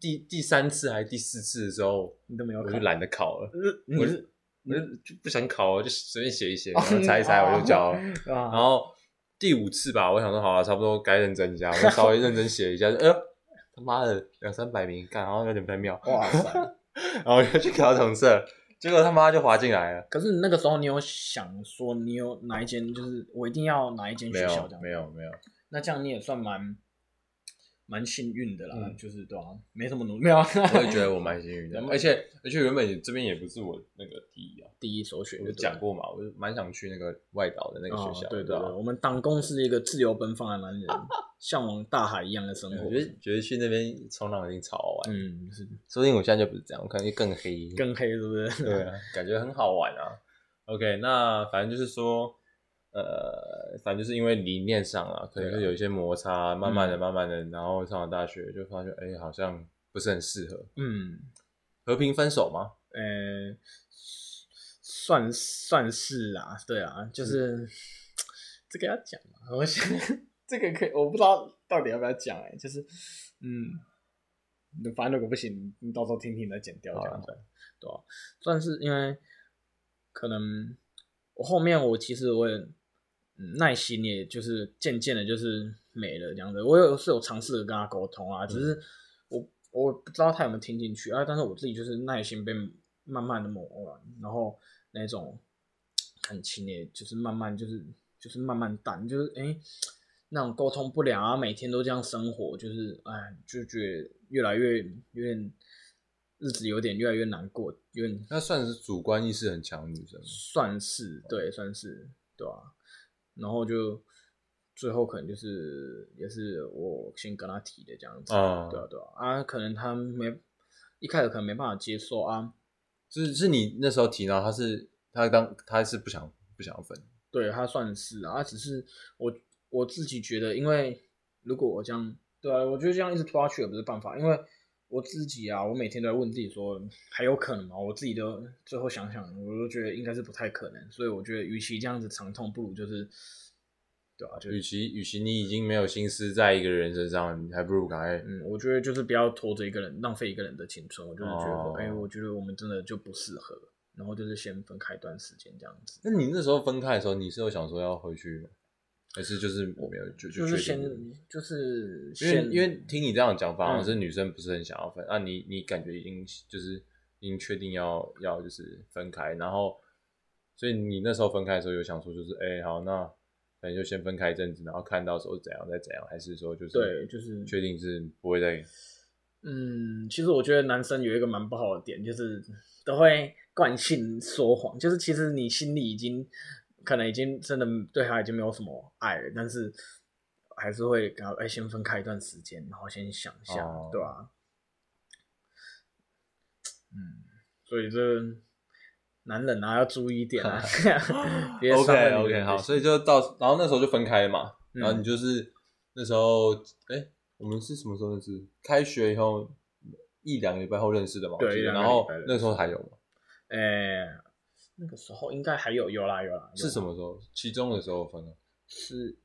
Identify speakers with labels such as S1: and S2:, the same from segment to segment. S1: 第第三次还是第四次的时候，
S2: 你都没有
S1: 我
S2: 考
S1: 就，懒得考了，
S2: 呃你
S1: 我就是我就就不想考了，就随便写一写，
S2: 哦
S1: 然后猜一猜我就交了。然
S2: 啊，
S1: 后第五次吧，我想说好啊了，差不多该认真一下，我就稍微认真写一下，呃，他妈的两三百名，干好像有点不太妙，
S2: 哇塞！
S1: 然后我就去考统测，结果他妈就滑进来了，
S2: 可是你那个时候你有想说你有哪一间，就是我一定要哪一间
S1: 没
S2: 学校
S1: 有
S2: 这样？
S1: 没有没有，
S2: 那这样你也算蛮蛮幸运的啦，
S1: 嗯
S2: 就是对啊，没什么努力，没有啊，
S1: 我也觉得我蛮幸运 的，而且而且原本也这边也不是我那个第一啊，
S2: 第一首选
S1: 我
S2: 就
S1: 就讲过嘛，我就蛮想去那个外岛的那
S2: 那
S1: 个学校，
S2: 哦对
S1: 对
S2: 对
S1: 吧
S2: 对，我们党工是一个自由奔放的 男人，向往大海一样的生活
S1: 我。觉得觉得去那边冲浪一定超好玩，
S2: 嗯，是
S1: 说不定我现在就不是这样，我可能就更黑，
S2: 更黑是不是？
S1: 对啊，感觉很好玩啊。OK，那反正就是说，呃，反正就是因为理念上啊，可能
S2: 对啊
S1: 就有一些摩擦，慢慢的、
S2: 嗯
S1: 慢慢的，然后上了大学就发现，哎、好像不是很适合，
S2: 嗯，
S1: 和平分手吗？
S2: 呃，算算是啊，对啊，
S1: 嗯
S2: 就是这个要讲嘛，我想嗯 这个可以，我不知道到底要不要讲哎、就是嗯，反正如果不行，你到时候听听再剪掉这
S1: 好
S2: 样
S1: 啊
S2: 子，对啊，算是因为可能我后面我其实我也。嗯耐心也就是渐渐的，就是没了这样子。我有是有尝试跟他沟通啊，只是我我不知道他有没有听进去啊，但是我自己就是耐心被慢慢的磨完，然后那种感情也就是慢慢就是就是慢慢淡，就是哎、诶那种沟通不良啊，每天都这样生活，就是哎就觉得越来越有点日子有点越来越难过，有点
S1: 那算是主观意识很强的女生吗？
S2: 算是对，算是对啊。然后就最后可能就是也是我先跟他提的这样子，
S1: 啊
S2: 对啊对啊啊，可能他没一开始可能没办法接受啊，
S1: 是是你那时候提到，她是她当她是不想不想分，
S2: 对他算是啊，只是我我自己觉得，因为如果我这样，对啊，我觉得这样一直拖下去也不是办法，因为我自己啊，我每天都在问自己说，还有可能吗？我自己都最后想想，我都觉得应该是不太可能，所以我觉得，与其这样子长痛，不如就是，对啊，就
S1: 与其与其你已经没有心思在一个人身上，你还不如赶快
S2: 嗯，我觉得就是不要拖着一个人，浪费一个人的青春。我就是觉得说，
S1: 哦
S2: 哎、我觉得我们真的就不适合，然后就是先分开一段时间这样子。
S1: 那你那时候分开的时候，你是有想说要回去吗？还是就是我没有就就
S2: 就
S1: 是决
S2: 先
S1: 定了？
S2: 就是
S1: 因为
S2: 先
S1: 因为听你这样讲法，好像
S2: 嗯
S1: 是女生不是很想要分、啊你。你感觉已经就是已经确定要要就是分开，然后所以你那时候分开的时候有想说就是哎、好那可能就先分开一阵子，然后看到时候怎样再怎样，还是说就是
S2: 对，就是
S1: 确定是不会再
S2: 嗯，其实我觉得男生有一个蛮不好的点，就是都会惯性说谎，就是其实你心里已经可能已经真的对他已经没有什么爱了，但是还是会跟他哎、先分开一段时间，然后先想一下，
S1: 哦
S2: 对吧、嗯，所以这男人啊要注意一 点啊，别伤
S1: OK
S2: 了女
S1: OK
S2: 人的
S1: 好，
S2: 心
S1: 所以就到然后那时候就分开了嘛，
S2: 嗯
S1: 然后你就是那时候哎、我们是什么时候认识？开学以后一两个礼拜后认识的嘛，
S2: 对
S1: 我记得
S2: 一两个
S1: 然后
S2: 礼拜认识
S1: 那时候还有嘛，
S2: 哎、那个时候应该还有有啦有啦，有
S1: 是什么时候？期中的时候分的。
S2: 十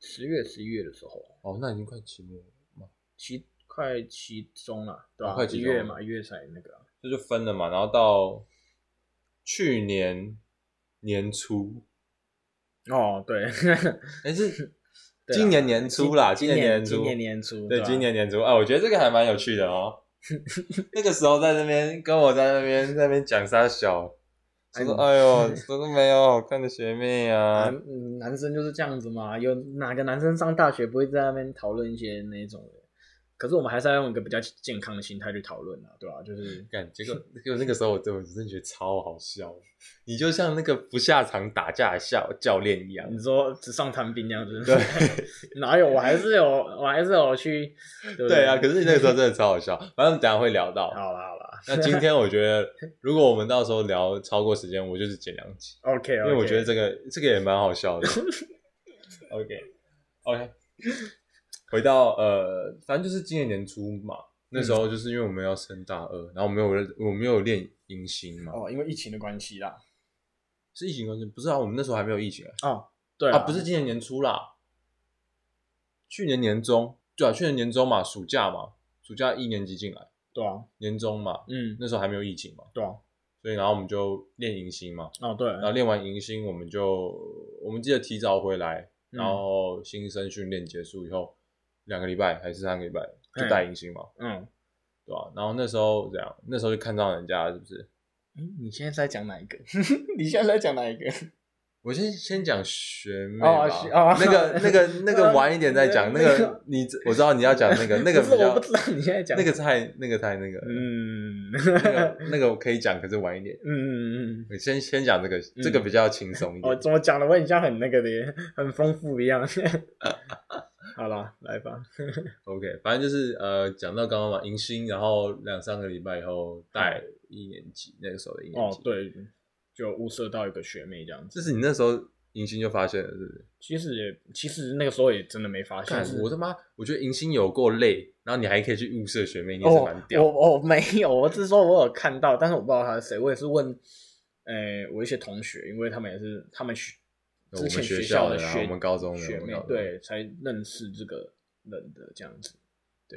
S2: 十月十一月的时候。啊
S1: 哦，那已经快期末了嘛，
S2: 期快期中了，对吧、
S1: 哦快期
S2: 一
S1: 中了
S2: 月嘛，一月才那个啊、
S1: 这就分了嘛。然后到去年年初，
S2: 哦， 对，
S1: 哎、 是
S2: 对啊
S1: 今年年初啦，
S2: 今
S1: 年
S2: 年
S1: 初，
S2: 今年年初，
S1: 对，
S2: 吧
S1: 今年年初，哎、我觉得这个还蛮有趣的 哦。那个时候在那边跟我在那边在那边讲沙小，
S2: 哎
S1: 说
S2: 你
S1: 哎呦，说都没有好看的学妹啊，
S2: 男嗯男生就是这样子嘛，有哪个男生上大学不会在那边讨论一些那种的？可是我们还是要用一个比较健康的心态去讨论啊，对吧、就是
S1: 干，结果结果那个时候我真的我真的觉得超好笑，你就像那个不下场打架的教教练一样，
S2: 你说只上谈兵这样子，
S1: 对
S2: 哪有？我还是有，我还是有去，对不
S1: 对啊，可是那个时候真的超好笑，反正我们等一下会聊到。
S2: 好啦好啦
S1: 那 今天我觉得，如果我们到时候聊超过时间，我就是剪两集，
S2: ，OK，
S1: 因为我觉得这个这个也蛮好笑的。OK OK，回到呃，反正就是今年年初嘛，那时候就是因为我们要升大二，然后我们有我们有练迎新嘛，
S2: 哦，因为疫情的关系啦，
S1: 是疫情关系，不是啊，我们那时候还没有疫情啊，
S2: 哦，对
S1: 啊，不是今年年初啦，去年年中，对啊，去年年中嘛，暑假嘛，暑假一年级进来，
S2: 对啊，
S1: 年终嘛，
S2: 嗯，
S1: 那时候还没有疫情嘛，
S2: 对啊，
S1: 所以然后我们就练迎新嘛，
S2: 哦对，
S1: 然后练完迎新，我们就我们记得提早回来，
S2: 嗯
S1: 然后新生训练结束以后，两个礼拜还是三个礼拜就带迎新嘛，
S2: 嗯，
S1: 对吧、然后那时候这样，那时候就看到人家是不是？
S2: 嗯，你现在是在讲哪一个？ 你现在在讲哪一个？
S1: 我先先讲学妹吧，
S2: 哦学哦
S1: 那个那 个那个晚一点再讲，
S2: 那
S1: 那
S2: 个
S1: 个你我知道你要讲那个那个
S2: 不
S1: 比
S2: 是
S1: 较
S2: 我不知道你现在讲
S1: 那个太那个太那个，
S2: 嗯
S1: 那个那个我可以讲，可是晚一点。
S2: 嗯嗯嗯，
S1: 我先先讲这个，这个比较轻松一
S2: 嗯哦，
S1: 点。
S2: 怎么讲的？我很像很那个的耶，很丰富一样。 好啦，来吧。
S1: OK，反正就是呃，讲到刚刚嘛，迎新，然后两三个礼拜以后带一年级，那个时候的一年
S2: 嗯哦
S1: 级。，，
S2: 对，就物色到一个学妹这样子。
S1: 这是你那时候迎新就发现了，是不是？
S2: 其实也，其实那个时候也真的没发现
S1: 看。
S2: 是
S1: 我他妈，我觉得迎新有够累，然后你还可以去物色学妹，你也是
S2: 哦
S1: 蛮，屌的。
S2: 我我没有，我只是说我有看到，但是我不知道他是谁。我也是问，呃，我一些同学，因为他们也是他们学
S1: 哦我
S2: 之
S1: 们
S2: 前
S1: 学
S2: 校
S1: 校的啦啊
S2: 学
S1: 我们高中的
S2: 学
S1: 我们
S2: 妹
S1: 高，中的
S2: 对，才认识这个人的这样子。对，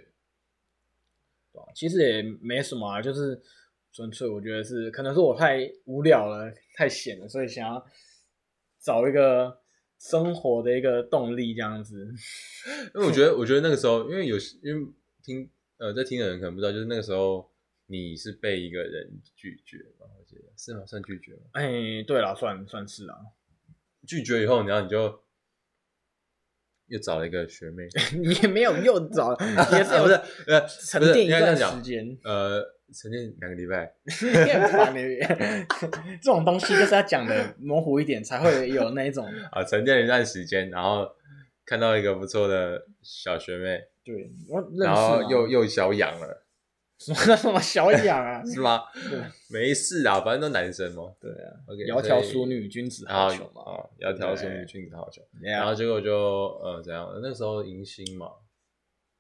S2: 对、啊、其实也没什么啊，就是纯粹我觉得是，可能是我太无聊了，太闲了，所以想要找一个生活的一个动力这样子。
S1: 因为我觉得，我觉得那个时候，因为有因为听呃在听的人可能不知道，就是那个时候你是被一个人拒绝嘛，我记得是吗？算拒绝吗？
S2: 哎、对了，算算是啊。
S1: 拒绝以后，然后你就又找了一个学 妹，
S2: 你也没有又早， 也是
S1: 啊
S2: 有
S1: 不是呃不是
S2: 沉淀一
S1: 应该这
S2: 段
S1: 样
S2: 时
S1: 讲，
S2: 间，
S1: 呃，沉淀两个礼拜，
S2: 你很烦你。 这种东西就是要讲的模糊一点，才会有那一种
S1: 啊，沉淀了一段时间，然后看到一个不错的小学妹，
S2: 对我认识
S1: 然后
S2: 嘛
S1: 又又小养了，
S2: 什么什么小雅 啊，
S1: 是吗
S2: 对？
S1: 没事啊，反正都男生嘛。
S2: 对啊，
S1: OK，
S2: 窈窕淑
S1: 所以，
S2: 女，君子
S1: 然后
S2: 好逑
S1: 啊，
S2: 嘛。
S1: 窈窕淑
S2: 对
S1: 女，君子好逑。
S2: 然
S1: 然后结果就呃怎样？那时候迎新嘛，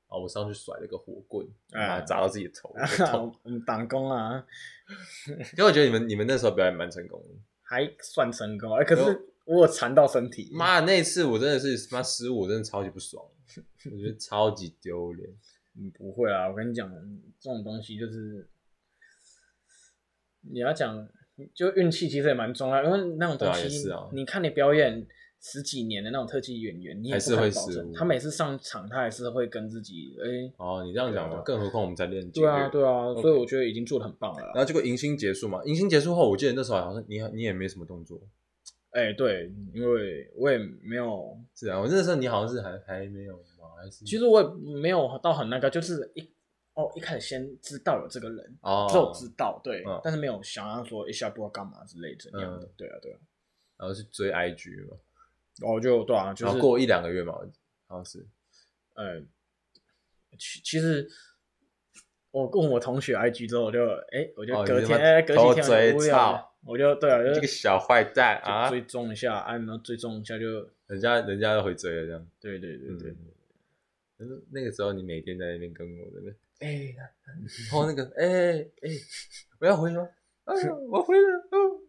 S1: 啊，我上去甩了一个火棍，
S2: 哎
S1: 啊，砸到自己的头，我 痛。
S2: 我们打工啊，
S1: 因为我觉得你们你们那时候表演蛮成功的。
S2: 还算成功，哎，可是我有缠到身体，
S1: 妈，那一次我真的是妈失误，我真的超级不 爽，我觉得超级丢脸。
S2: 嗯，不会啊，我跟你讲，这种东西就是你要讲，就运气其实也蛮重要，因为那种
S1: 对
S2: 东
S1: 啊
S2: 西，
S1: 也是啊
S2: 你看你表演十几年的那种特技演员，你也
S1: 还
S2: 不
S1: 是
S2: 敢
S1: 会
S2: 保
S1: 失
S2: 证
S1: 误
S2: 他每次上场，他还是会跟自己，哎、
S1: 哦，你这样讲
S2: 对啊
S1: 嘛，更何况我们才练几
S2: 对
S1: 个
S2: 啊，
S1: 月
S2: 对啊
S1: OK
S2: 所以我觉得已经做的很棒了
S1: 然
S2: 啦。
S1: 后结果迎新结束嘛，迎新结束后，我记得那时候好像你你也没什么动作，
S2: 哎、对，因为我也没有，
S1: 是啊，我那时候你好像是还还没有嘛，还是
S2: 其实我也没有到很那个，就是一哦一开始先知道有这个人，
S1: 哦，
S2: 就知道对、
S1: 嗯
S2: 但是没有想要说一下不知道干嘛之类怎样的、
S1: 嗯
S2: 对啊，对啊。
S1: 然后去追 IG 嘛，
S2: 然后就对啊，就
S1: 然
S2: 是
S1: 后过一两个月嘛，好像是
S2: 呃，其其实我跟我同学 IG 之后，我就哎、我就
S1: 哦
S2: 隔
S1: 你他
S2: 天
S1: 妈
S2: 哎、隔几
S1: 偷
S2: 天我
S1: 嘴
S2: 就无聊了
S1: 操，
S2: 我就对啊，就
S1: 这个小坏蛋
S2: 就
S1: 啊，
S2: 追踪一下，啊，然后追踪一下就
S1: 人家人家要回追了这样。
S2: 对对对对，
S1: 嗯可是那个时候你每天在那边跟我那 边，
S2: 哎、
S1: 然后那个哎哎、哎，我要回吗？哎呦， 我回了，哦，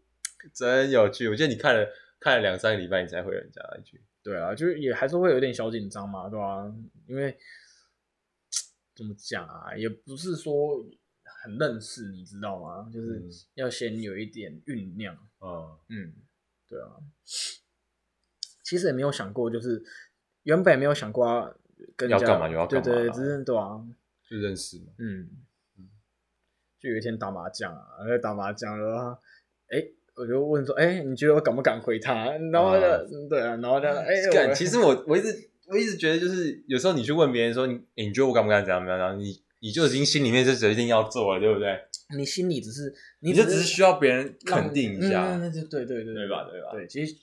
S1: 真有趣。我记得你看了看了两三个礼拜，你才回人家一句。
S2: 对啊，就是也还是会有点小紧张嘛，对吧、因为怎么讲啊，也不是说很认识，你知道吗？就是
S1: 嗯
S2: 要先有一点酝酿。
S1: 嗯，
S2: 嗯，对啊，其实也没有想过，就是原本也没有想过要跟人家
S1: 要干嘛就要干嘛啊
S2: 对对，只是对啊，
S1: 就认识嘛。
S2: 嗯，就有一天打麻将啊，在打麻将，然后哎、诶我就问说，哎、你觉得我敢不敢回他？然后就、
S1: 啊
S2: 嗯对啊，然后就哎，
S1: 干
S2: 我
S1: 其实我我一直我一直觉得，就是有时候你去问别人说你、诶你觉得我敢不敢怎样怎样，然后你你就已经心里面就决定要做了，对不对？
S2: 你心里只是
S1: 你
S2: 你
S1: 就只是需要别人肯定一下，
S2: 嗯、那就对对对
S1: 对吧？对吧？
S2: 对，其实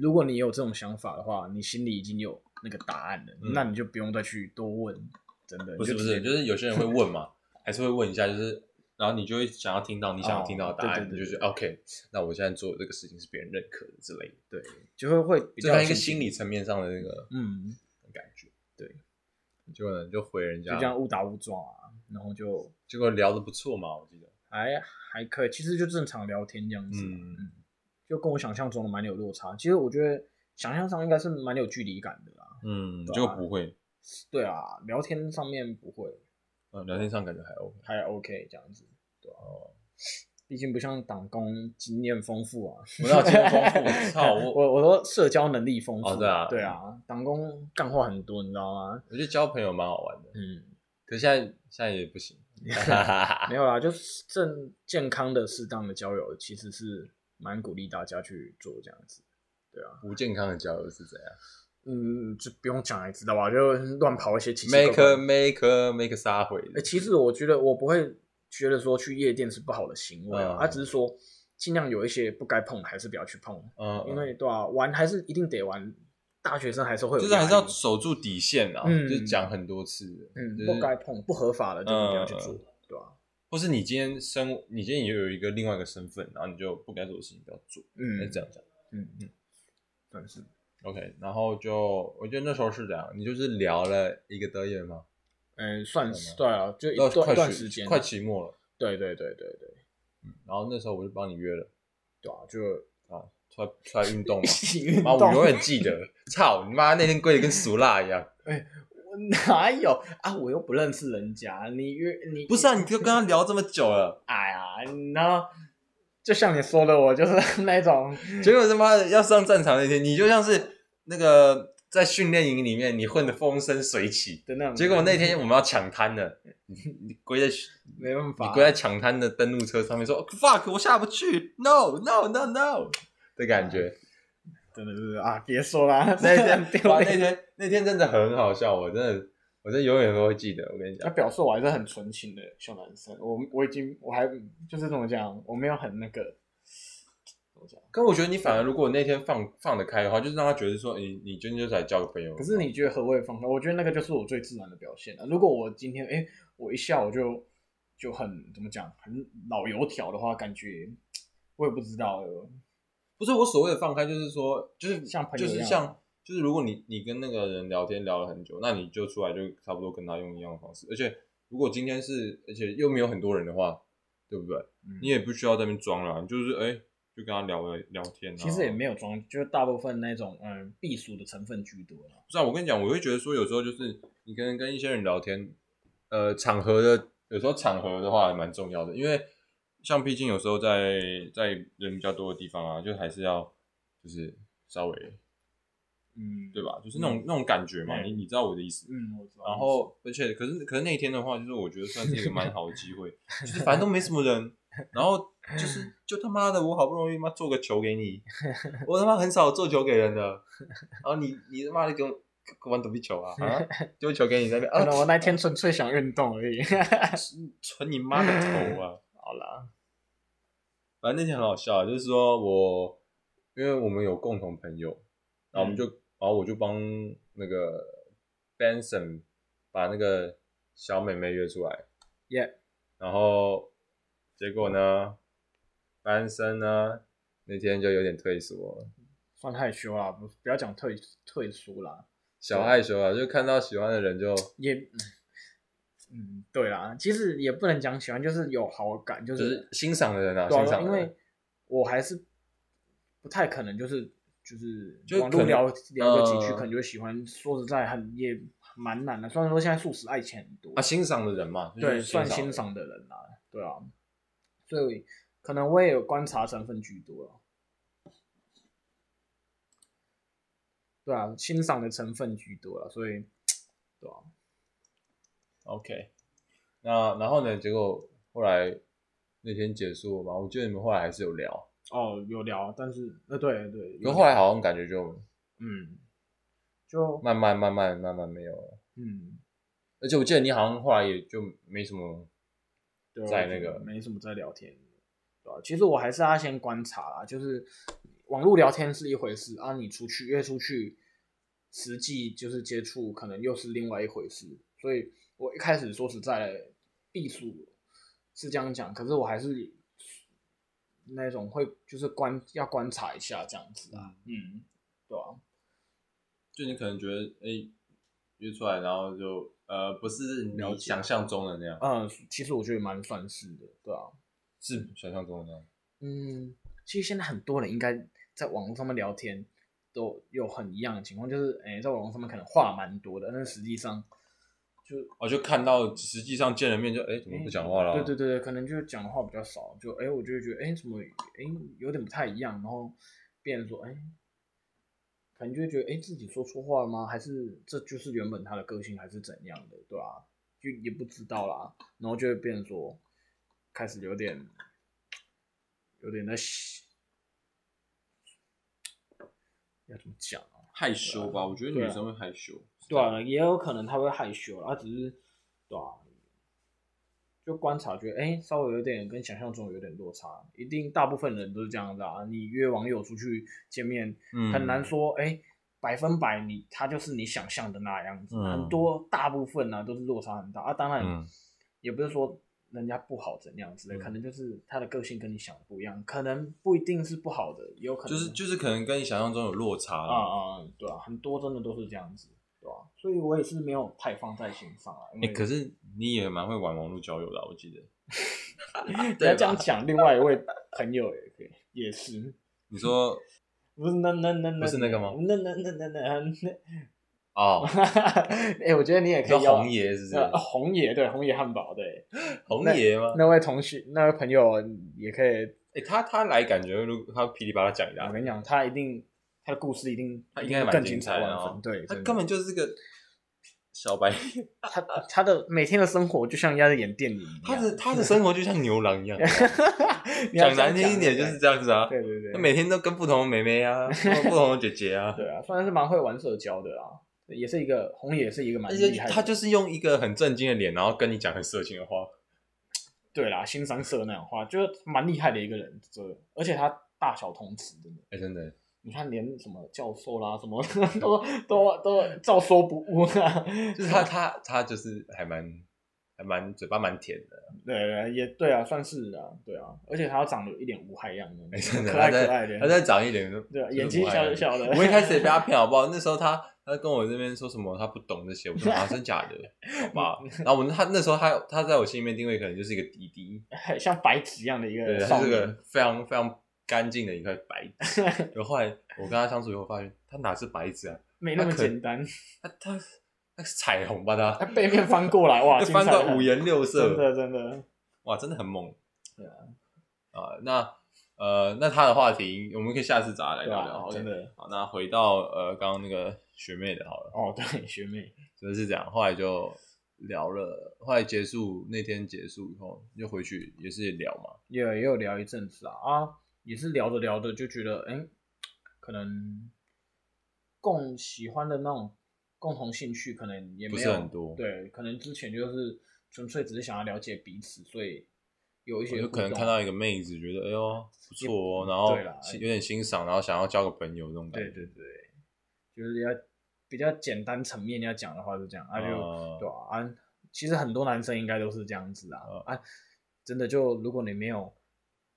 S2: 如果你有这种想法的话，你心里已经有那个答案了，
S1: 嗯
S2: 那你就不用再去多问，真的。
S1: 不是
S2: 你
S1: 不
S2: 就直接
S1: 是，就是有些人会问 嘛，还是会问一下，就是然后你就会想要听到你想要听到的答案，
S2: 哦对对对
S1: 你就觉得 OK，那我现在做的这个事情是别人认可的之类的，
S2: 对，就会会比
S1: 这
S2: 较
S1: 算一
S2: 有
S1: 个
S2: 信
S1: 心
S2: 心
S1: 理层面上的那个
S2: 嗯，
S1: 感觉。
S2: 对，
S1: 结果呢你就回人
S2: 就
S1: 家
S2: 这，样误打误撞啊，然后就
S1: 结果聊的不错嘛，我记得。
S2: 还还可以，其实就正常聊天这样子，
S1: 嗯
S2: 就跟我想象中的蛮有落差。其实我觉得想象上应该是蛮有距离感的啦。
S1: 嗯，
S2: 对啊
S1: 结果不会，
S2: 对啊，聊天上面不会，
S1: 嗯，聊天上感觉还 OK。
S2: 还 OK 这样子，对吧、毕竟不像党工经验丰富啊，
S1: 我哪有经验丰富操我
S2: 我我说社交能力丰富，
S1: 哦对啊
S2: 对啊，党工干话很多，你知道吗？
S1: 我觉得交朋友蛮好玩的，
S2: 嗯，
S1: 可是现在现在也不 行。啊
S2: 没有啦，就是正健康的、适当的交友，其实是蛮鼓励大家去做这样子。
S1: 不健康的交友是怎样
S2: 嗯，就不用讲也知道吧，就乱跑一些奇奇怪怪
S1: ？make a make a make a 撒回
S2: 欸，其实我觉得我不会觉得说去夜店是不好的行为啊，
S1: 嗯
S2: 他、只是说尽量有一些不该碰的还是不要去碰，
S1: 嗯，
S2: 因为对啊，玩还是一定得玩，大学生还是会有
S1: 就是还是
S2: 压
S1: 要
S2: 力
S1: 守住底线啊，
S2: 嗯
S1: 就是讲很多次，
S2: 嗯
S1: 就是
S2: 不该碰不合法的就是不要去做，
S1: 嗯
S2: 对吧、啊？
S1: 或是你今天身，你今天也有一个另外一个身份，然后你就不该做的事情不要做，那
S2: 嗯，
S1: 这样讲
S2: 嗯嗯，算是
S1: ，OK。然后就我觉得那时候是这样，你就是聊了一个多月吗？
S2: 嗯、算
S1: 懂
S2: 是
S1: 了
S2: 对啊，就一
S1: 到
S2: 段
S1: 快
S2: 一段
S1: 学
S2: 时间，
S1: 快期末了，嗯
S2: 对对对对对
S1: 然后那时候我就帮你约了
S2: 对啊，就
S1: 啊，出来出来运动嘛。
S2: 起 运
S1: 妈，我永远记得， 操你妈！那天跪的跟俗辣一样。
S2: 我哪有啊？我又不认识人家，你约你
S1: 不是啊，你就跟他聊这么久了，
S2: 哎呀，你知道，就像你说的，我就是那种，
S1: 结果他妈的要上战场那天，你就像是那个在训练营里面你混得风生水起，
S2: 的那种。
S1: 结果那天我们要抢滩了，你你跪在
S2: 没办法，
S1: 你跪在抢滩的登陆车上面说、fuck，我下不去，no no no no 的感 觉。
S2: 真的是啊，别说啦，
S1: 那
S2: 真的
S1: 天
S2: 很丢
S1: 哇那
S2: 脸。
S1: 天那天真的很好笑，我真的我真的永远都会记得。我跟你
S2: 那
S1: 讲，
S2: 啊表示我还是很纯情的小男生，我我已经我还就是怎么讲，我没有很那个，怎么讲？
S1: 可我觉得你反而如果那天放放得开的话，就是让他觉得说，你你今天就是来交个朋友。
S2: 可是你觉得何谓放开？我觉得那个就是我最自然的表现了。如果我今天哎、诶我一下我就就很怎么讲，很老油条的话，感觉我也不知道，
S1: 不是我所谓的放开，就是说，就是
S2: 像朋友
S1: 就
S2: 一
S1: 是
S2: 样
S1: 像，就是如果你你跟那个人聊天聊了很久，那你就出来就差不多跟他用一样的方式。而且如果今天是，而且又没有很多人的话，对不对？
S2: 嗯
S1: 你也不需要在那边装了，你就是哎、就跟他聊了聊天、啊。
S2: 其实也没
S1: 有，
S2: 有装，就是大部分那种嗯避暑的成分居多啦。
S1: 不是啊。我跟你讲，我会觉得说，有时候就是你可能跟一些人聊天，呃，场合的有时候场合的话还蛮重要的，因为像毕竟有时候在在人比较多的地方啊，就还是要就是稍微
S2: 嗯，
S1: 对吧？就是那种、
S2: 嗯
S1: 那种感觉嘛，
S2: 嗯
S1: 你你知道我的意思。
S2: 嗯，我知道。
S1: 然后，而且可是可是那天的话，就是我觉得算是一个蛮好的机会，就是反正都没什么人，然后就是就他妈的，我好不容易妈做个球给你，我他妈很少做球给人的，然后你你他妈的给我给我玩躲避球啊，啊丢球给你在那边
S2: 可能
S1: 啊，
S2: 我那天纯粹想运动而已。
S1: 存你妈的头啊！
S2: 好啦，
S1: 反正那天很好笑，啊就是说我，因为我们有共同朋友，然后我们就，
S2: 嗯
S1: 然后我就帮那个 Benson 把那个小美妹约出来，
S2: 耶、
S1: 然后结果呢，班森呢那天就有点退缩了，
S2: 算害羞啦，不不要讲退退缩啦，
S1: 小害羞啊，就看到喜欢的人就
S2: 也嗯嗯对啦，其实也不能讲喜欢，就是有好感，就
S1: 就是是欣赏的人啊，
S2: 对
S1: 欣
S2: 啊，
S1: 赏
S2: 因
S1: 的人
S2: 为我还是不太可能就是就是
S1: 就
S2: 网
S1: 可
S2: 络
S1: 能
S2: 聊聊个几句，
S1: 呃
S2: 可能就会喜欢。说实在很也蛮难的，虽然说现在素食爱情很多
S1: 啊，欣赏的人嘛，就是
S2: 对，算
S1: 的人
S2: 欣赏的人啦、对啊，所以可能我也有观察成分居多了。对啊，欣赏的成分居多了，所以对啊，
S1: OK，那然后呢？结果后来那天结束嘛，我记得你们后来还是有聊，
S2: 哦，有聊，但是呃，对对，
S1: 可
S2: 有
S1: 后来
S2: 聊
S1: 好像感觉就
S2: 嗯，就
S1: 慢慢慢慢慢慢没有了。
S2: 嗯，
S1: 而且我记得你好像后来也就没什么，
S2: 对啊，
S1: 在
S2: 我
S1: 那
S2: 觉得
S1: 个
S2: 没什么在聊天，对啊，其实我还是要先观察啦，就是网络聊天是一回事啊，你出去约出去，实际就是接触，可能又是另外一回事。所以我一开始说实在的，避暑是这样讲，可是我还是那种会就是观要观察一下这样子啊，嗯，对啊，
S1: 就你可能觉得哎、诶约出来，然后就呃不是
S2: 了
S1: 你
S2: 解
S1: 想象中的那样，
S2: 嗯，其实我觉得蛮算是的，对啊，
S1: 是想象中的那样。
S2: 嗯，其实现在很多人应该在网络上面聊天，都有很一样的情况，就是诶、在网络上面可能话蛮多的，但是实际上就
S1: 哦，就看到实际上见了面就哎、怎么不讲话了？
S2: 对对对，可能就讲的话比较少，就哎、我就会觉得哎、怎么哎、有点不太一样，然后变成说哎、可能就会觉得哎、自己说错话了吗？还是这就是原本他的个性，还是怎样的，对吧、就也不知道啦，然后就会变成说开始有点有点在洗要怎么讲啊？
S1: 害羞吧，我觉得
S2: 对啊
S1: 女生会害羞。
S2: 对啊，也有可能他会害羞啦，他只是对啊，就观察觉得哎、诶稍微有点跟想象中有点落差，一定大部分人都是这样子啊。你约网友出去见面，
S1: 嗯
S2: 很难说哎、诶百分百你他就是你想象的那样子，
S1: 嗯
S2: 很多大部分呢、都是落差很大啊。当然、
S1: 嗯
S2: 也不是说人家不好怎样之类，
S1: 嗯
S2: 可能就是他的个性跟你想的不一样，可能不一定是不好的，也有可能
S1: 就是就是可能跟你想象中有落差
S2: 啊
S1: 啦。
S2: 啊，嗯对啊，很多真的都是这样子，对啊，所以我也是没有太放在心上啊。因
S1: 哎、
S2: 为
S1: 可是你也蛮会玩网络交友的啊、我记 得。
S2: 你要这
S1: 吧
S2: 样讲，另外一位朋友也可以，也是，
S1: 你说
S2: 不是那那那
S1: 不
S2: 那，
S1: 是那个吗
S2: 那那那那那那，
S1: 哦，
S2: 哎，我觉得你也可
S1: 叫
S2: 以要
S1: 红爷是不
S2: 呃
S1: 是？
S2: 红野对红野汉堡对，
S1: 红爷吗？
S2: 那位同学那位朋友也可以，
S1: 哎、他他来感觉如他噼里啪啦讲一
S2: 我
S1: 大堆，
S2: 跟你讲，他一定他的故事一定
S1: 他应
S2: 一
S1: 该
S2: 定
S1: 蛮
S2: 更
S1: 精
S2: 精
S1: 彩的
S2: 万
S1: 哦
S2: 分，对，
S1: 他
S2: 真的
S1: 根本就是个小 白，
S2: 他他的每天的生活就像人家在演电影一样，
S1: 他的他的生活就像牛郎一样。
S2: 你要
S1: 讲难听一点就是这样子啊，
S2: 对对对，
S1: 他每天都跟不同的妹妹 啊，不同的姐姐啊，
S2: 对啊，算是蛮会玩社交的啦，也是一个红野也是一个蛮
S1: 而且
S2: 厉害的，
S1: 他就是用一个很震惊的脸，然后跟你讲很色情的话。
S2: 对啦，新三社那种话，就是蛮厉害的一个人，真的，而且他大小通吃，欸真的，
S1: 哎、真的，
S2: 你看连什么教授啦，什么 都都都照说不误啊，
S1: 就是他他他就是还蛮还蛮嘴巴蛮甜的，
S2: 对对也对啊，算是啊，对啊，而且他长得有一点无害样的，
S1: 哎、 真的，
S2: 可
S1: 他
S2: 爱
S1: 在
S2: 可爱的，
S1: 他在长一点，
S2: 对啊
S1: 就是
S2: 眼睛
S1: 不爱
S2: 小小的
S1: 我一开始也被他骗好不好？那时候他他跟我这边说什么他不懂这些，我说啊真假的，好 吧。然后我他那时候他他在我心里面定位可能就是一个弟弟，
S2: 像白纸一样的一
S1: 对，
S2: 个
S1: 他
S2: 少
S1: 是
S2: 女，
S1: 个非常非常干净的一块白纸。然后后来我跟他相处以后，发现他哪是白纸啊，
S2: 没那么
S1: 他可
S2: 简单，
S1: 他他他是彩虹吧他
S2: 他，背面翻过来，哇，
S1: 他
S2: 精
S1: 翻
S2: 彩
S1: 到
S2: 了
S1: 五颜六
S2: 真
S1: 色，
S2: 的真的，
S1: 哇，真的很猛。
S2: 对啊
S1: 啊、那呃，那他的话题我们可以下次找他来
S2: 对
S1: 聊聊。
S2: 啊，
S1: OK
S2: 真的，
S1: 好，那回到呃刚刚那个学妹的好了。
S2: 哦，对，学妹，
S1: 就是这样。后来就聊了，后来结束那天结束以后，就回去也是聊嘛。
S2: 也也有聊一阵子啊啊，也是聊着聊着就觉得，哎、可能共喜欢的那种共同兴趣可能也没有
S1: 不是很多
S2: 对，可能之前就是纯粹只是想要了解彼此，所以有
S1: 我
S2: 一些
S1: 哦就可能
S2: 互动
S1: 看到一个妹子，觉得哎呦不错哦，
S2: 也
S1: 然后
S2: 对啦
S1: 欣有点欣赏，然后想要交个朋友这种感
S2: 对
S1: 觉。
S2: 对对，就是要比较简单层面要讲的话是这样，啊就、
S1: 哦
S2: 对啊啊，其实很多男生应该都是这样子啊、
S1: 哦
S2: 啊，真的就如果你没有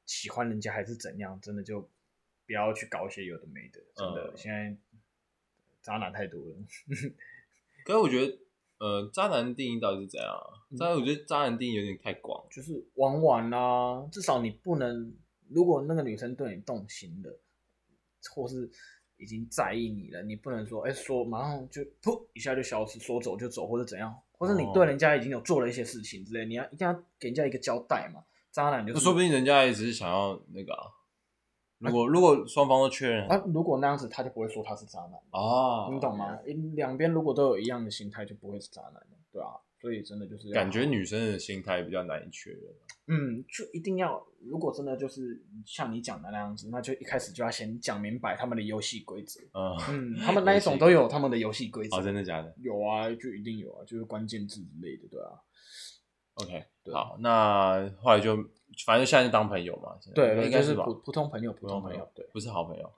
S2: 喜欢人家还是怎样，真的就不要去搞一些有的没的，真的、
S1: 嗯
S2: 现在渣男太多了，
S1: 可是我觉得，呃，渣男的定义到底是怎样啊？
S2: 嗯
S1: 渣男，我觉得渣男定义有点太广。
S2: 就是玩玩啦、至少你不能，如果那个女生对你动心了，或是已经在意你了，你不能说，哎、说马上就噗一下就消失，说走就走，或者怎样，或者你
S1: 哦
S2: 对人家已经有做了一些事情之类，你要一定要给人家一个交代嘛。渣男就
S1: 那
S2: 是，
S1: 说不定人家也只是想要那个啊。如果如果双方都确认
S2: 啊，如果那样子，他就不会说他是渣男，
S1: 啊，
S2: 你懂吗？？两边如果都有一样的心态，就不会是渣男了，对啊，所以真的就是要
S1: 感觉女生的心态比较难以确认。
S2: 嗯，就一定要，如果真的就是像你讲的那样子，那就一开始就要先讲明白他们的游戏规则。
S1: 嗯，
S2: 嗯，他们那一种都有他们的游戏规则。
S1: 哦，真的假的？
S2: 有啊，就一定有啊，就是关键字之类的，对啊。
S1: OK，
S2: 对
S1: 好，那后来就反正现在就当朋友嘛，现在
S2: 对对
S1: 应该
S2: 就是
S1: 吧
S2: 普普通朋友普通朋友对
S1: 不是好朋友，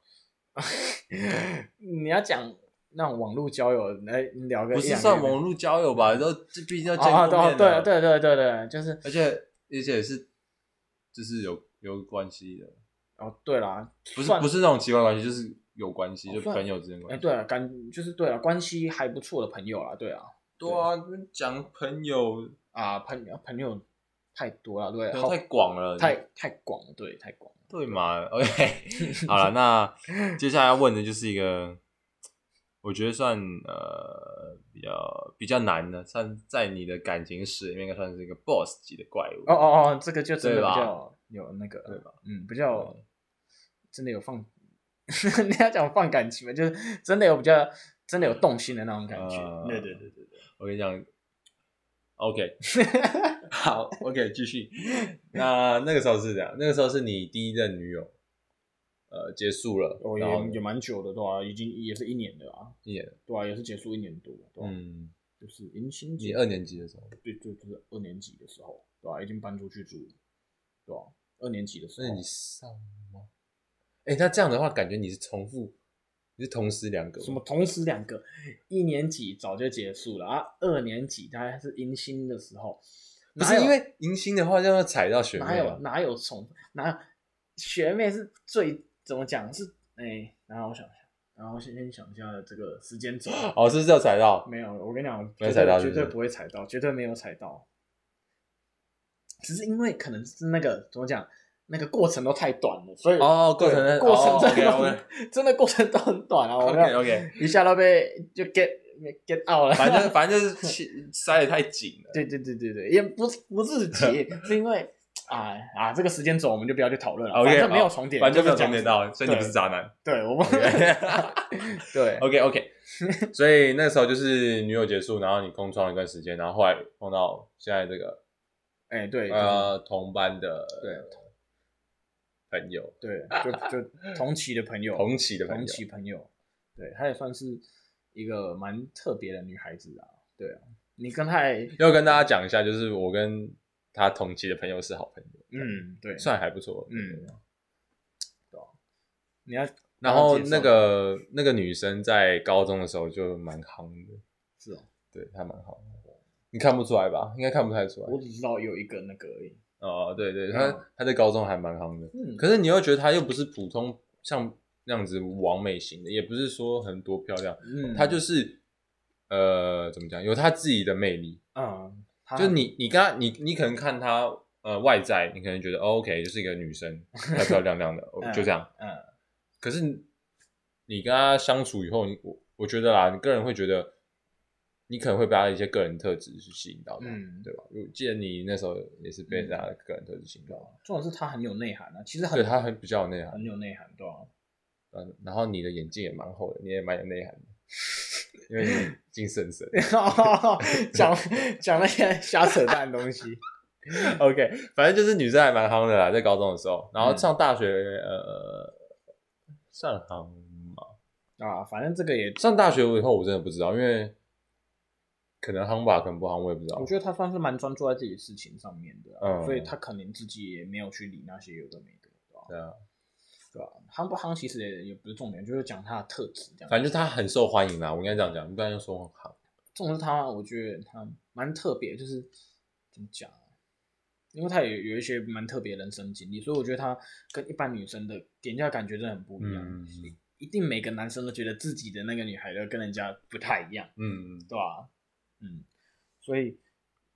S2: 你要讲那种网络交友来聊个
S1: 不
S2: 一
S1: 是
S2: 两个
S1: 算
S2: 月
S1: 网络交友吧？都这毕竟要见
S2: 啊啊，
S1: 过
S2: 对
S1: 面
S2: 对
S1: 了，
S2: 对对对对，就是
S1: 而且而且是就是有有关系的，
S2: 哦，对啦，
S1: 不是
S2: 算
S1: 不是那种奇怪关系，就是有关系，
S2: 哦
S1: 就
S2: 算
S1: 朋友之间的
S2: 哎，
S1: 关系。
S2: 对啊，感就是对啊，关系还不错的朋友啦，对啊，
S1: 对啊，讲朋友
S2: 啊，朋友朋友太多了，对，
S1: 可能
S2: 好
S1: 太广了，
S2: 太太广了，对，太广了。
S1: 对嘛？OK，好了，那接下来要问的就是一个我觉得算呃比较比较难的，算在你的感情史里面应该算是一个 boss 级的怪物。
S2: 哦哦哦，这个就真的
S1: 对吧
S2: 比较有那个，
S1: 对吧？
S2: 嗯，比较真的有放， 你要讲放感情嘛，就是真的有比较真的有动心的那种感觉。
S1: 呃
S2: 对对对对对，
S1: 我跟你 讲，OK，好，OK，继续。那那个时候是这样，那个时候是你第一任女友，呃，结束了，
S2: 哦，
S1: 然后
S2: 也也蛮久的，对吧、已经也是一年了啊，
S1: 一年，
S2: 对啊，也是结束一年多，对吧、
S1: 嗯，
S2: 就是迎新
S1: 你
S2: 节，
S1: 二年级的时候，
S2: 对对，就是二年级的时候，对吧、已经搬出去住了，对吧、二年级的时
S1: 所以
S2: 候
S1: 你，上吗？哎、那这样的话，感觉你是重复，你是同时两个吗
S2: 什么？同时两个，一年级早就结束了啊，二年级大概是迎新的时候，
S1: 不
S2: 哪
S1: 是
S2: 有
S1: 因为迎新的话，就要踩到学妹
S2: 哪有
S1: 啊，
S2: 哪有重哪有学妹是最怎么讲是哎、然后我想想，然后先先想一下这个时间轴。
S1: 哦，是不是要踩 到？
S2: 没有，我跟你讲，
S1: 没
S2: 绝
S1: 有
S2: 对
S1: 踩到是
S2: 绝
S1: 不是
S2: 对不会踩到，绝对没有踩到。只是因为可能是那个怎么讲，那个过程都太短了，所以
S1: 哦，过
S2: 对
S1: 程
S2: 过程真的、
S1: OK
S2: 真的过程都很短啊！我
S1: OK
S2: 要
S1: OK，
S2: 一下都被就 get get out 了，
S1: 反正反正就是气塞的太紧了。
S2: 对对对对对，也不是不是 急，是因为啊啊，这个时间轴我们就不要去讨论了
S1: OK，
S2: 反正没有 重点，
S1: 反正没有
S2: 就这
S1: 重
S2: 样子
S1: 点。到，所以你不是
S2: 对
S1: 渣男。
S2: 对，我们 对
S1: OK OK，所 以那时候就是女友结束，然后你空窗一段时间，然后后来碰到现在这个
S2: 哎对
S1: 呃同班的
S2: 对
S1: 朋友，
S2: 对，就就同期的朋友，
S1: 同期的朋友
S2: 同，期朋友，对，她也算是一个蛮特别的女孩子啊。对啊，你跟她也，
S1: 要跟大家讲一下，就是我跟他同期的朋友是好朋友，
S2: 嗯，对，
S1: 算还不错，
S2: 嗯，对啊你要
S1: 然后
S2: 介绍
S1: 那个那个女生在高中的时候就蛮夯的，
S2: 是哦，
S1: 对她蛮好的，你看不出来吧？应该看不太出来。
S2: 我只知道有一个那个而已。
S1: 哦，对对，
S2: 嗯
S1: 她她在高中还蛮夯的，
S2: 嗯，
S1: 可是你又觉得她又不是普通像那样子完美型的，也不是说很多漂亮，
S2: 嗯，
S1: 她就是呃怎么讲，有她自己的魅力。
S2: 嗯，她
S1: 就你你刚你你可能看她呃外在，你可能觉得、哦、OK 就是一个女 生，漂漂亮亮的，哦就这样。
S2: 嗯
S1: 可是你你跟她相处以后，你我我觉得啦，你个人会觉得，你可能会被她的一些个人特质去吸引到她，
S2: 嗯
S1: 对吧？我记得你那时候也是被她的个人特质吸引到，
S2: 重点是她很有内涵啊，其实很
S1: 对她很比较有内涵，
S2: 很有内涵，对啊。
S1: 嗯，然后你的眼睛也蛮厚的，你也蛮有内涵的， 因为你近深深。
S2: 讲 讲那些瞎扯淡的 东西，
S1: OK，反 正就是女生还蛮夯的啦，在高中的时候，然后上大学，呃，算夯嘛？
S2: 啊，反正这个也，
S1: 上大学以后我真的不知道，因为可能夯吧，可能不夯，我也不知道
S2: 我。觉得他算是蛮专注在自己事情上面的、啊，
S1: 嗯
S2: 所以他可能自己也没有去理那些有的没的，对吧、
S1: 对啊，
S2: 对吧、夯不夯其实也也不是重点，就是讲他的特质这样。
S1: 反正就是她很受欢迎啊啦，我应该这样讲，不然就说很夯。
S2: 重点是他，我觉得他蛮特别，就是怎么讲啊、因为他有有一些蛮特别的人生经历，所以我觉得他跟一般女生的给人家的感觉真的很不一样。
S1: 嗯
S2: 一定每个男生都觉得自己的那个女孩都跟人家不太一样。
S1: 嗯，
S2: 对吧、嗯，所以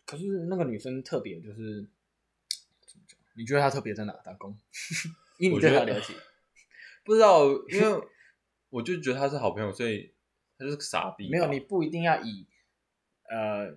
S2: 可是那个女生特别，就是怎么讲？你觉得她特别在哪？打工？ 因为你
S1: 我觉
S2: 对她
S1: 得
S2: 了解，
S1: 不知道，因为我就觉得她是好朋友，所以她就是个傻逼吧。
S2: 没有，你不一定要以呃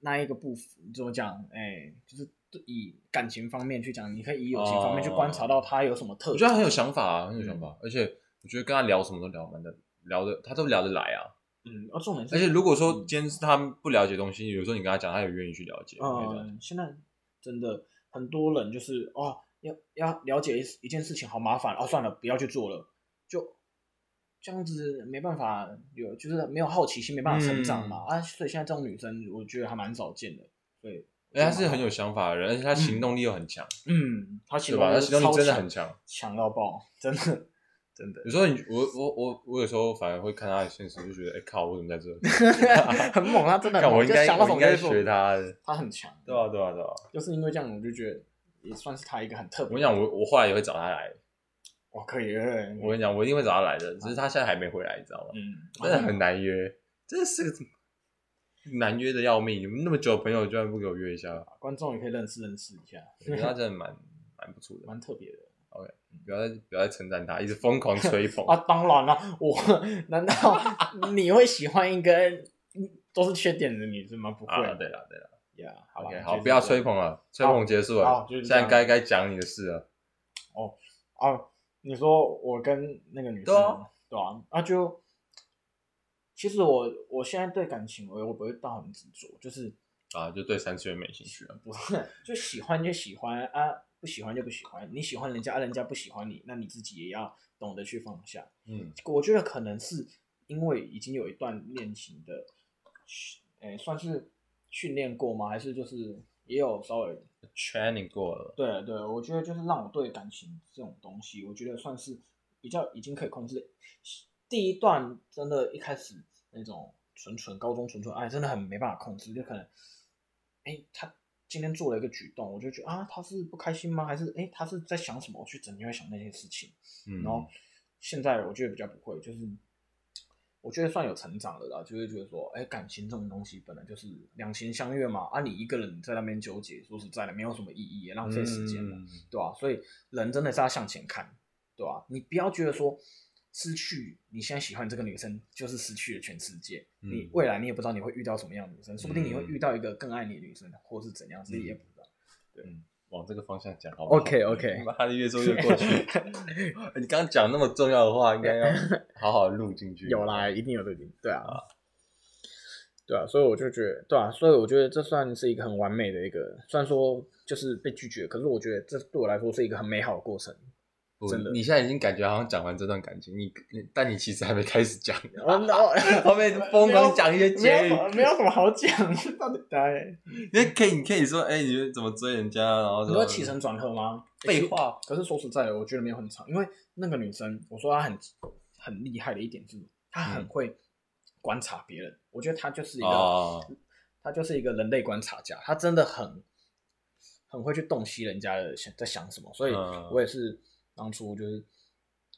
S2: 那一个部分怎么讲？哎、就是以感情方面去讲，你可以以友情方面去观察到她有什么
S1: 哦
S2: 特
S1: 我
S2: 质。
S1: 觉得他很有想法啊，很有想
S2: 嗯
S1: 法，而且我觉得跟他聊什么都聊蛮的，聊的他都聊得来啊。
S2: 嗯，哦，重点是，
S1: 而且如果说今天是他不了解东西，有时候你跟他讲，他也愿意去了解。我觉得
S2: 嗯，现在真的很多人就是哦，要要了解一一件事情好麻烦哦，算了，不要去做了，就这样子没办法有，就是没有好奇心，没办法成
S1: 嗯
S2: 长嘛、啊，所以现在这种女生，我觉得还蛮少见的，对，
S1: 而且他啊
S2: 哦
S1: 是很有想法的人，而且他行动力又很强，
S2: 嗯，她行
S1: 对
S2: 动
S1: 吧？
S2: 力
S1: 他行动力
S2: 超
S1: 真的很强。
S2: 强到爆，真的 真的
S1: 有时候你我我我我有时候反而会看他的现实，就觉得哎、靠，我怎么在 这里？
S2: 很猛，她真的很
S1: 看
S2: 猛，
S1: 我应
S2: 就
S1: 该
S2: 想到
S1: 我
S2: 什
S1: 应
S2: 么就
S1: 该
S2: 去做
S1: 学，他的，
S2: 她很强，
S1: 对啊对啊对啊。
S2: 就是因为这样，我就觉得也算是她一个很特
S1: 我跟
S2: 别，
S1: 你讲，我我后来也会找他来。
S2: 我可以，对
S1: 我跟你讲，我一定会找他来的，只是他现在还没回来，你知道吗？
S2: 嗯，
S1: 真的很难约，真的是个难约的要命。你们那么久的朋友，居然不给我约一下，啊
S2: 观众也可以认识认识一下，
S1: 我觉得他真的蛮蛮不错的。
S2: 蛮特别的。
S1: OK，不要再不要再称赞他，一直疯狂吹捧
S2: 啊，当然了，我 难道你会喜欢一个嗯都是缺点的女生吗？不会
S1: 啊！对了对了
S2: 呀，好吧
S1: ，OK，
S2: 就
S1: 好，
S2: 是
S1: 不要
S2: 这
S1: 吹
S2: 样
S1: 捧了，吹捧结束了
S2: 好，就是
S1: 现
S2: 这样
S1: 在该该讲你的事了。
S2: 啊，你说我跟那个女生，
S1: 对啊
S2: 对啊，啊就，其实我我现在对感情，我我不会到很执着，就是
S1: 啊，就对三次元没兴趣了。
S2: 不是就喜欢就喜欢啊，不喜欢就不喜欢，你喜欢人家，啊人家不喜欢你，那你自己也要懂得去放下。
S1: 嗯，
S2: 我觉得可能是因为已经有一段恋情的，诶、算是训练过吗？还是就是也有稍微
S1: training 过了，
S2: 对对，我觉得就是让我对感情这种东西，我觉得算是比较已经可以控制。第一段真的，一开始那种纯纯高中纯纯爱，真的很没办法控制，就可能，哎，他今天做了一个举动，我就觉得啊，他是不开心吗？还是哎，他是在想什么？我去整天会想那些事情。
S1: 嗯，
S2: 然后现在我觉得比较不会，就是我觉得算有成长了啦，就会觉得说，哎，感情这种东西本来就是两情相悦嘛，啊，你一个人在那边纠结，说实在的，没有什么意义，也浪费时间了，
S1: 嗯
S2: 对吧、所以人真的是要向前看，对吧、你不要觉得说失去你现在喜欢这个女生就是失去了全世界，你
S1: 嗯
S2: 未来你也不知道你会遇到什么样的女生，说不定你会遇到一个更爱你的女生，或是怎样，自己也不知道。
S1: 往这个方向讲好不好
S2: OK，OK
S1: 把他的越说越过去。 你刚刚讲那么重要的话，应该要 好好录进去。
S2: 有啦，一定有的，对啊，对啊，所以我就觉得，对啊，所以我觉得这算是一个很完美的一个，虽然说就是被拒绝，可是我觉得这对我来说是一个很美好的过程。
S1: 不，
S2: 真的
S1: 你现在已经感觉好像讲完这段感情，你你但你其实还没开始 讲，
S2: 然后
S1: 后面 疯狂讲一些
S2: 哦没
S1: 结语
S2: 有，没有什么好讲，到底大概
S1: 你可以你可以说，哎，你觉得怎么追人家，然后
S2: 你说起承转合吗？
S1: 废话。
S2: 可是说实在的，我觉得没有很长，因为那个女生，我说她很很厉害的一点是，她很会观察别人。我觉得她就是一个，
S1: 嗯哦
S2: 她就是一个人类观察家，她真的很很会去洞悉人家的想在想什么。所以
S1: 嗯
S2: 我也是当初就是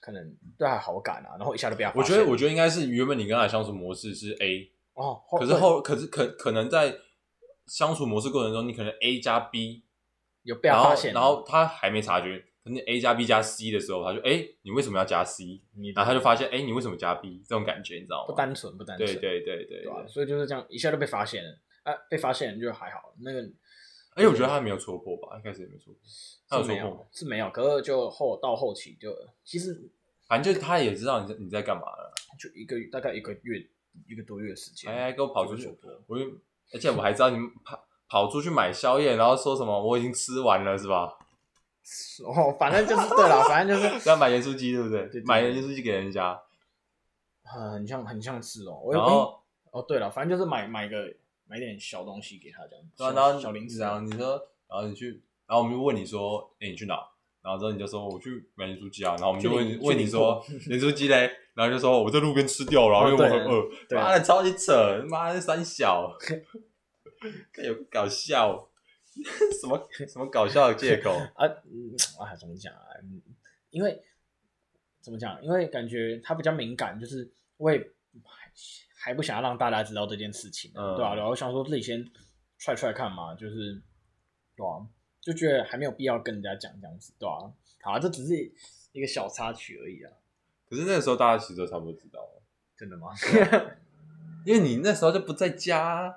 S2: 可能对她好感啊，然后一下就被她发
S1: 我觉得，
S2: 现
S1: 我觉得应该是原本你跟他的相处模式是 A，
S2: 哦，
S1: 可是后可是可可能在相处模式过程中，你可能 A 加 B，
S2: 有被
S1: 然
S2: 她
S1: 后
S2: 发现，
S1: 然后他还没察觉，可能 A 加 B 加 C 的时候，他就哎、你为什么要加 C？
S2: 你
S1: 然后他就发现哎、你为什么加 B？这种感觉你知道
S2: 不
S1: 吗？
S2: 单纯不单纯，
S1: 对对对对
S2: 对啊
S1: 对
S2: 吧、。所以就是这样，一下就被发现了。啊，被发现就还好，那个
S1: 而且我觉得他没有戳破吧，一开始也没戳破，他有
S2: 是
S1: 戳
S2: 没
S1: 破吗
S2: 有？是没有，可是就后到后期就其实
S1: 反正就是他也知道你在你在干嘛了，
S2: 就一个大概一个月一个多月的时间，
S1: 哎，给我跑出去
S2: 就会，有
S1: 我就而且我还知道你跑跑出去买宵夜，然后说什么我已经吃完了是吧？
S2: 多 哦，反正就是对了，反正就是
S1: 要买盐酥鸡对不对？
S2: 对对
S1: 买盐酥鸡给人家，
S2: 很很像很像吃哦。我
S1: 然后
S2: 哎哦，对了，反正就是买买个买点小东西给他这样，
S1: 对啊
S2: 小
S1: 然后
S2: 小零食
S1: 然后
S2: 啊，
S1: 你说，然后你去，然后我们就问你说，哎、你去哪？然后之后你就说我去买盐酥鸡啊，然后我们就问
S2: 去
S1: 你
S2: 领
S1: 问你说盐酥鸡嘞，然后就说我在路边吃掉了，因
S2: 哦
S1: 为我
S2: 对
S1: 很饿。
S2: 对
S1: 妈的，超级扯，妈的三小， 看有个搞笑， 什么什么搞笑的借口？
S2: 啊，嗯哎，怎么讲啊？嗯因为怎么讲？因为感觉他比较敏感，就是我也还还不想要让大家知道这件事情啊，
S1: 嗯
S2: 对吧、然后想说自己先踹踹看嘛，就是对啊，就觉得还没有必要跟人家讲这样子，对啊？好啊，这只是一个小插曲而已啊，
S1: 可是那个时候大家其实都差不多知道了，
S2: 真的吗？
S1: 因为你那时候就不在家啊、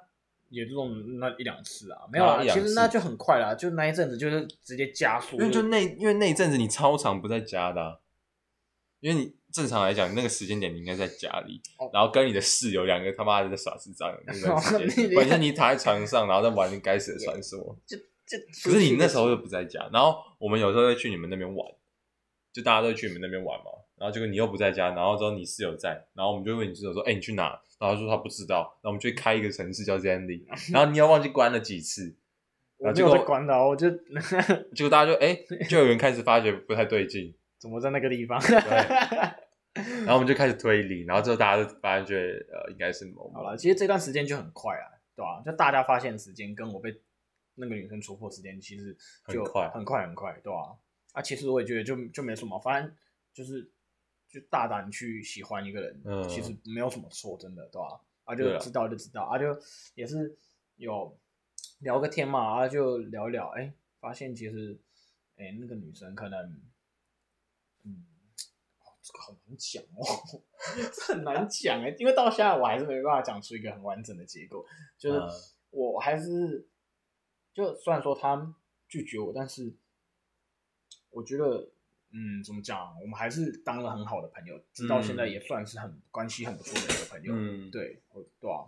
S2: 也就这种那一两次啊，没有啦
S1: 啊，一两
S2: 其
S1: 次
S2: 实那就很快啦，就那一阵子就是直接加速，
S1: 因为就那因为那一阵子你超常不在家的啊、因为你正常来讲那个时间点你应该在家里，
S2: 哦
S1: 然后跟你的室友两个他妈的在耍智障，那 段时
S2: 你
S1: 间，反正你躺在床上然后在玩你该死的传说。
S2: 就就
S1: 可是你那时候又不在家，然后我们有时候会去你们那边玩，就大家都会去你们那边玩嘛。然后结果你又不在家，然后之后你室友在，然后我们就问你室友说：“哎、你去哪？”然后他说他不知道，然后我们就会开一个城市叫 Zenly，然后你又忘记关了几次，
S2: 我
S1: 然后
S2: 没
S1: 结
S2: 有
S1: 果
S2: 在管的哦，我就
S1: 结果大家就哎、就有人开始发觉不太对劲，
S2: 怎么在那个地方？
S1: 然后我们就开始推理，然后之后大家就发觉呃应该是某某
S2: 好，了，其实这段时间就很快啊，对吧、就大家发现的时间跟我被那个女生戳破时间，其实就
S1: 很快
S2: 很快，很快，对吧、啊？其实我也觉得就就没什么，反正就是就大胆去喜欢一个人，
S1: 嗯
S2: 其实没有什么错，真的，对吧、啊？
S1: 对
S2: 就
S1: 啊
S2: 知道就知道，啊就也是有聊个天嘛，啊就聊一聊，哎、发现其实哎、那个女生可能嗯，哦这个好难讲哦， 这很难讲哎，因为到现在我还是没办法讲出一个很完整的结果，就是
S1: 嗯
S2: 我还是就虽然说他拒绝我，但是我觉得。嗯，怎么讲啊？我们还是当了很好的朋友，直到现在
S1: 嗯
S2: 也算是很关系很不错的一个朋友。
S1: 嗯，，
S2: 对，我对啊，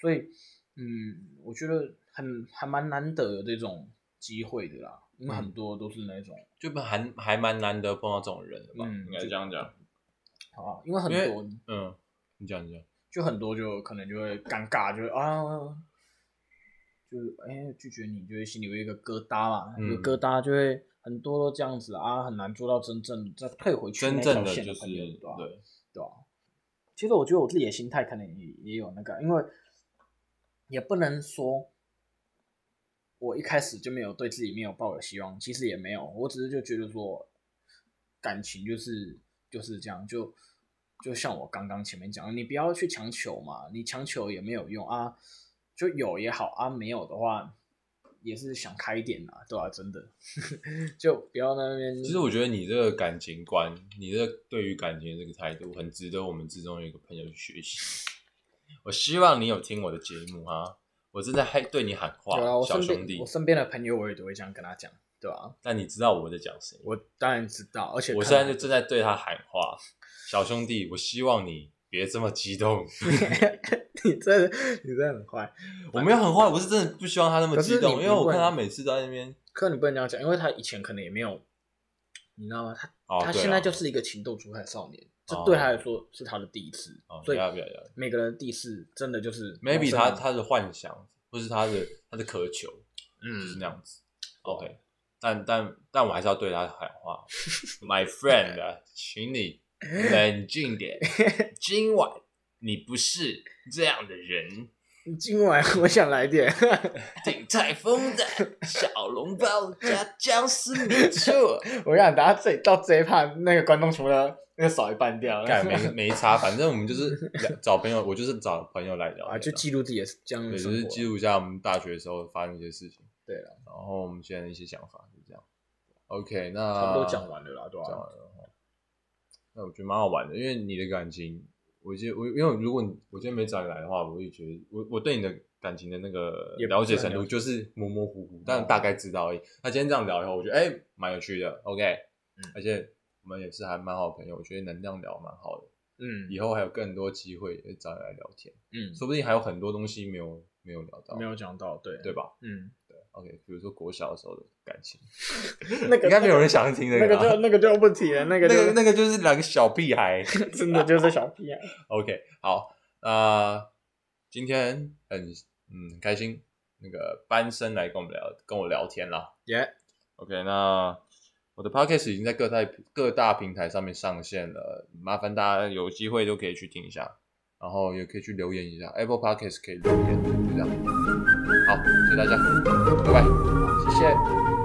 S2: 所以嗯，我觉得很还蛮难得有这种机会的啦，因为很
S1: 嗯
S2: 多都是那种
S1: 就还还蛮难得碰到这种人的吧，
S2: 嗯
S1: 应该这样讲。
S2: 啊，因为很
S1: 因为
S2: 多
S1: 嗯，你讲你讲，
S2: 就很多就可能就会尴尬，就会啊，就是哎、拒绝你，就会心里会有一个疙瘩嘛，有
S1: 嗯
S2: 疙瘩就会很多都这样子啊，很难做到真正再退回去
S1: 真
S2: 那
S1: 正
S2: 条
S1: 的
S2: 线
S1: 就
S2: 的
S1: 是
S2: 朋友，对吧、
S1: 对，
S2: 对啊。其实我觉得我自己的心态可能也也有那个，啊因为也不能说我一开始就没有对自己没有抱有希望，其实也没有，我只是就觉得说感情就是就是这样，就就像我刚刚前面讲的，你不要去强求嘛，你强求也没有用啊，就有也好啊，没有的话也是想开一点啊，对吧、真的， 就不要在那边。
S1: 其实我觉得你这个感情观，你这个对于感情的这个态度，很值得我们之中有一个朋友去学习。我希望你有听我的节目哈，我正在还对你喊话，
S2: 有啊，我
S1: 小
S2: 身
S1: 兄
S2: 边
S1: 弟
S2: 我。身边的朋友，我也都会这样跟他讲，对啊吧、
S1: 但你知道我在讲谁？
S2: 我当然知道，而且
S1: 我现在就正在对他喊话，小兄弟，我希望你别这么激动。
S2: 就 你这你这很坏，
S1: 我没有很坏，我是真的不希望他那么
S2: 可是
S1: 激动，因
S2: 你
S1: 为我
S2: 不能
S1: 看他每次都在那边。
S2: 可你不能这样讲，因为他以前可能也没有，你知道吗？他、
S1: 哦，
S2: 他
S1: 对啊
S2: 现在就是一个情窦初开的少年，这
S1: 哦
S2: 对他来说是他的第一次，
S1: 哦
S2: 所以
S1: 不要不要不要
S2: 每个人的第一次真的就是
S1: ，maybe
S2: 陌
S1: 他
S2: 生人
S1: 他的幻想，或是他的他的渴求，就是
S2: 嗯
S1: 那样子。OK，但但但我还是要对他喊 话，My friend，啊请你冷静 点，今晚你不是这样的人。
S2: 今晚我想来点，
S1: 鼎泰丰的小笼包加姜丝米醋，
S2: 我想大家这里到这一趴，那个观众全部都那个少一半掉 了，
S1: 干没没差，反正我们就是聊找朋友，我就是找朋友来聊
S2: 啊，就
S1: 天啊
S2: 记录自己的这样
S1: 对，
S2: 的
S1: 就
S2: 生
S1: 是
S2: 活
S1: 记录一下我们大学的时候发生一些事情，
S2: 对了，
S1: 然后我们现在的一些想法，就这样。OK，那
S2: 差不多讲完了啦，对
S1: 啊
S2: 吧、
S1: 讲完了哈。那我觉得蛮好玩的，因为你的感情，我觉得我因为如果你我今天没找你来的话，我也觉得我我对你的感情的那个
S2: 也不是
S1: 了解
S2: 很
S1: 程
S2: 了
S1: 度
S2: 解哦
S1: 就是模模糊糊，但大概知道而已。那今天这样聊以后，我觉得哎蛮、有趣的，OK，、
S2: 嗯
S1: 而且我们也是还蛮好的朋友，我觉得能量聊蛮好的，
S2: 嗯
S1: 以后还有更多机会也找你来聊天，
S2: 嗯，
S1: 说不定还有很多东西没有没有聊到，
S2: 没有讲到，对
S1: 对吧
S2: 嗯，
S1: ？OK，比如说国小的时候的感情，
S2: 那
S1: 应该没有人想要听这
S2: 那
S1: 个
S2: 个
S1: 吧
S2: 就那个就不提了，那个
S1: 那
S2: 就
S1: 个那个就是两个小屁孩。
S2: 真的就是小屁孩。
S1: OK，好，那今天很嗯很开心，那个班生来跟我们聊跟我聊天啦。
S2: 耶，
S1: OK，那我的 Podcast 已经在各大各大平台上面上线了，麻烦大家有机会都可以去听一下，然后也可以去留言一下，Apple Podcast 可以留言，就这样。好，谢谢大家，拜拜。
S2: 谢谢。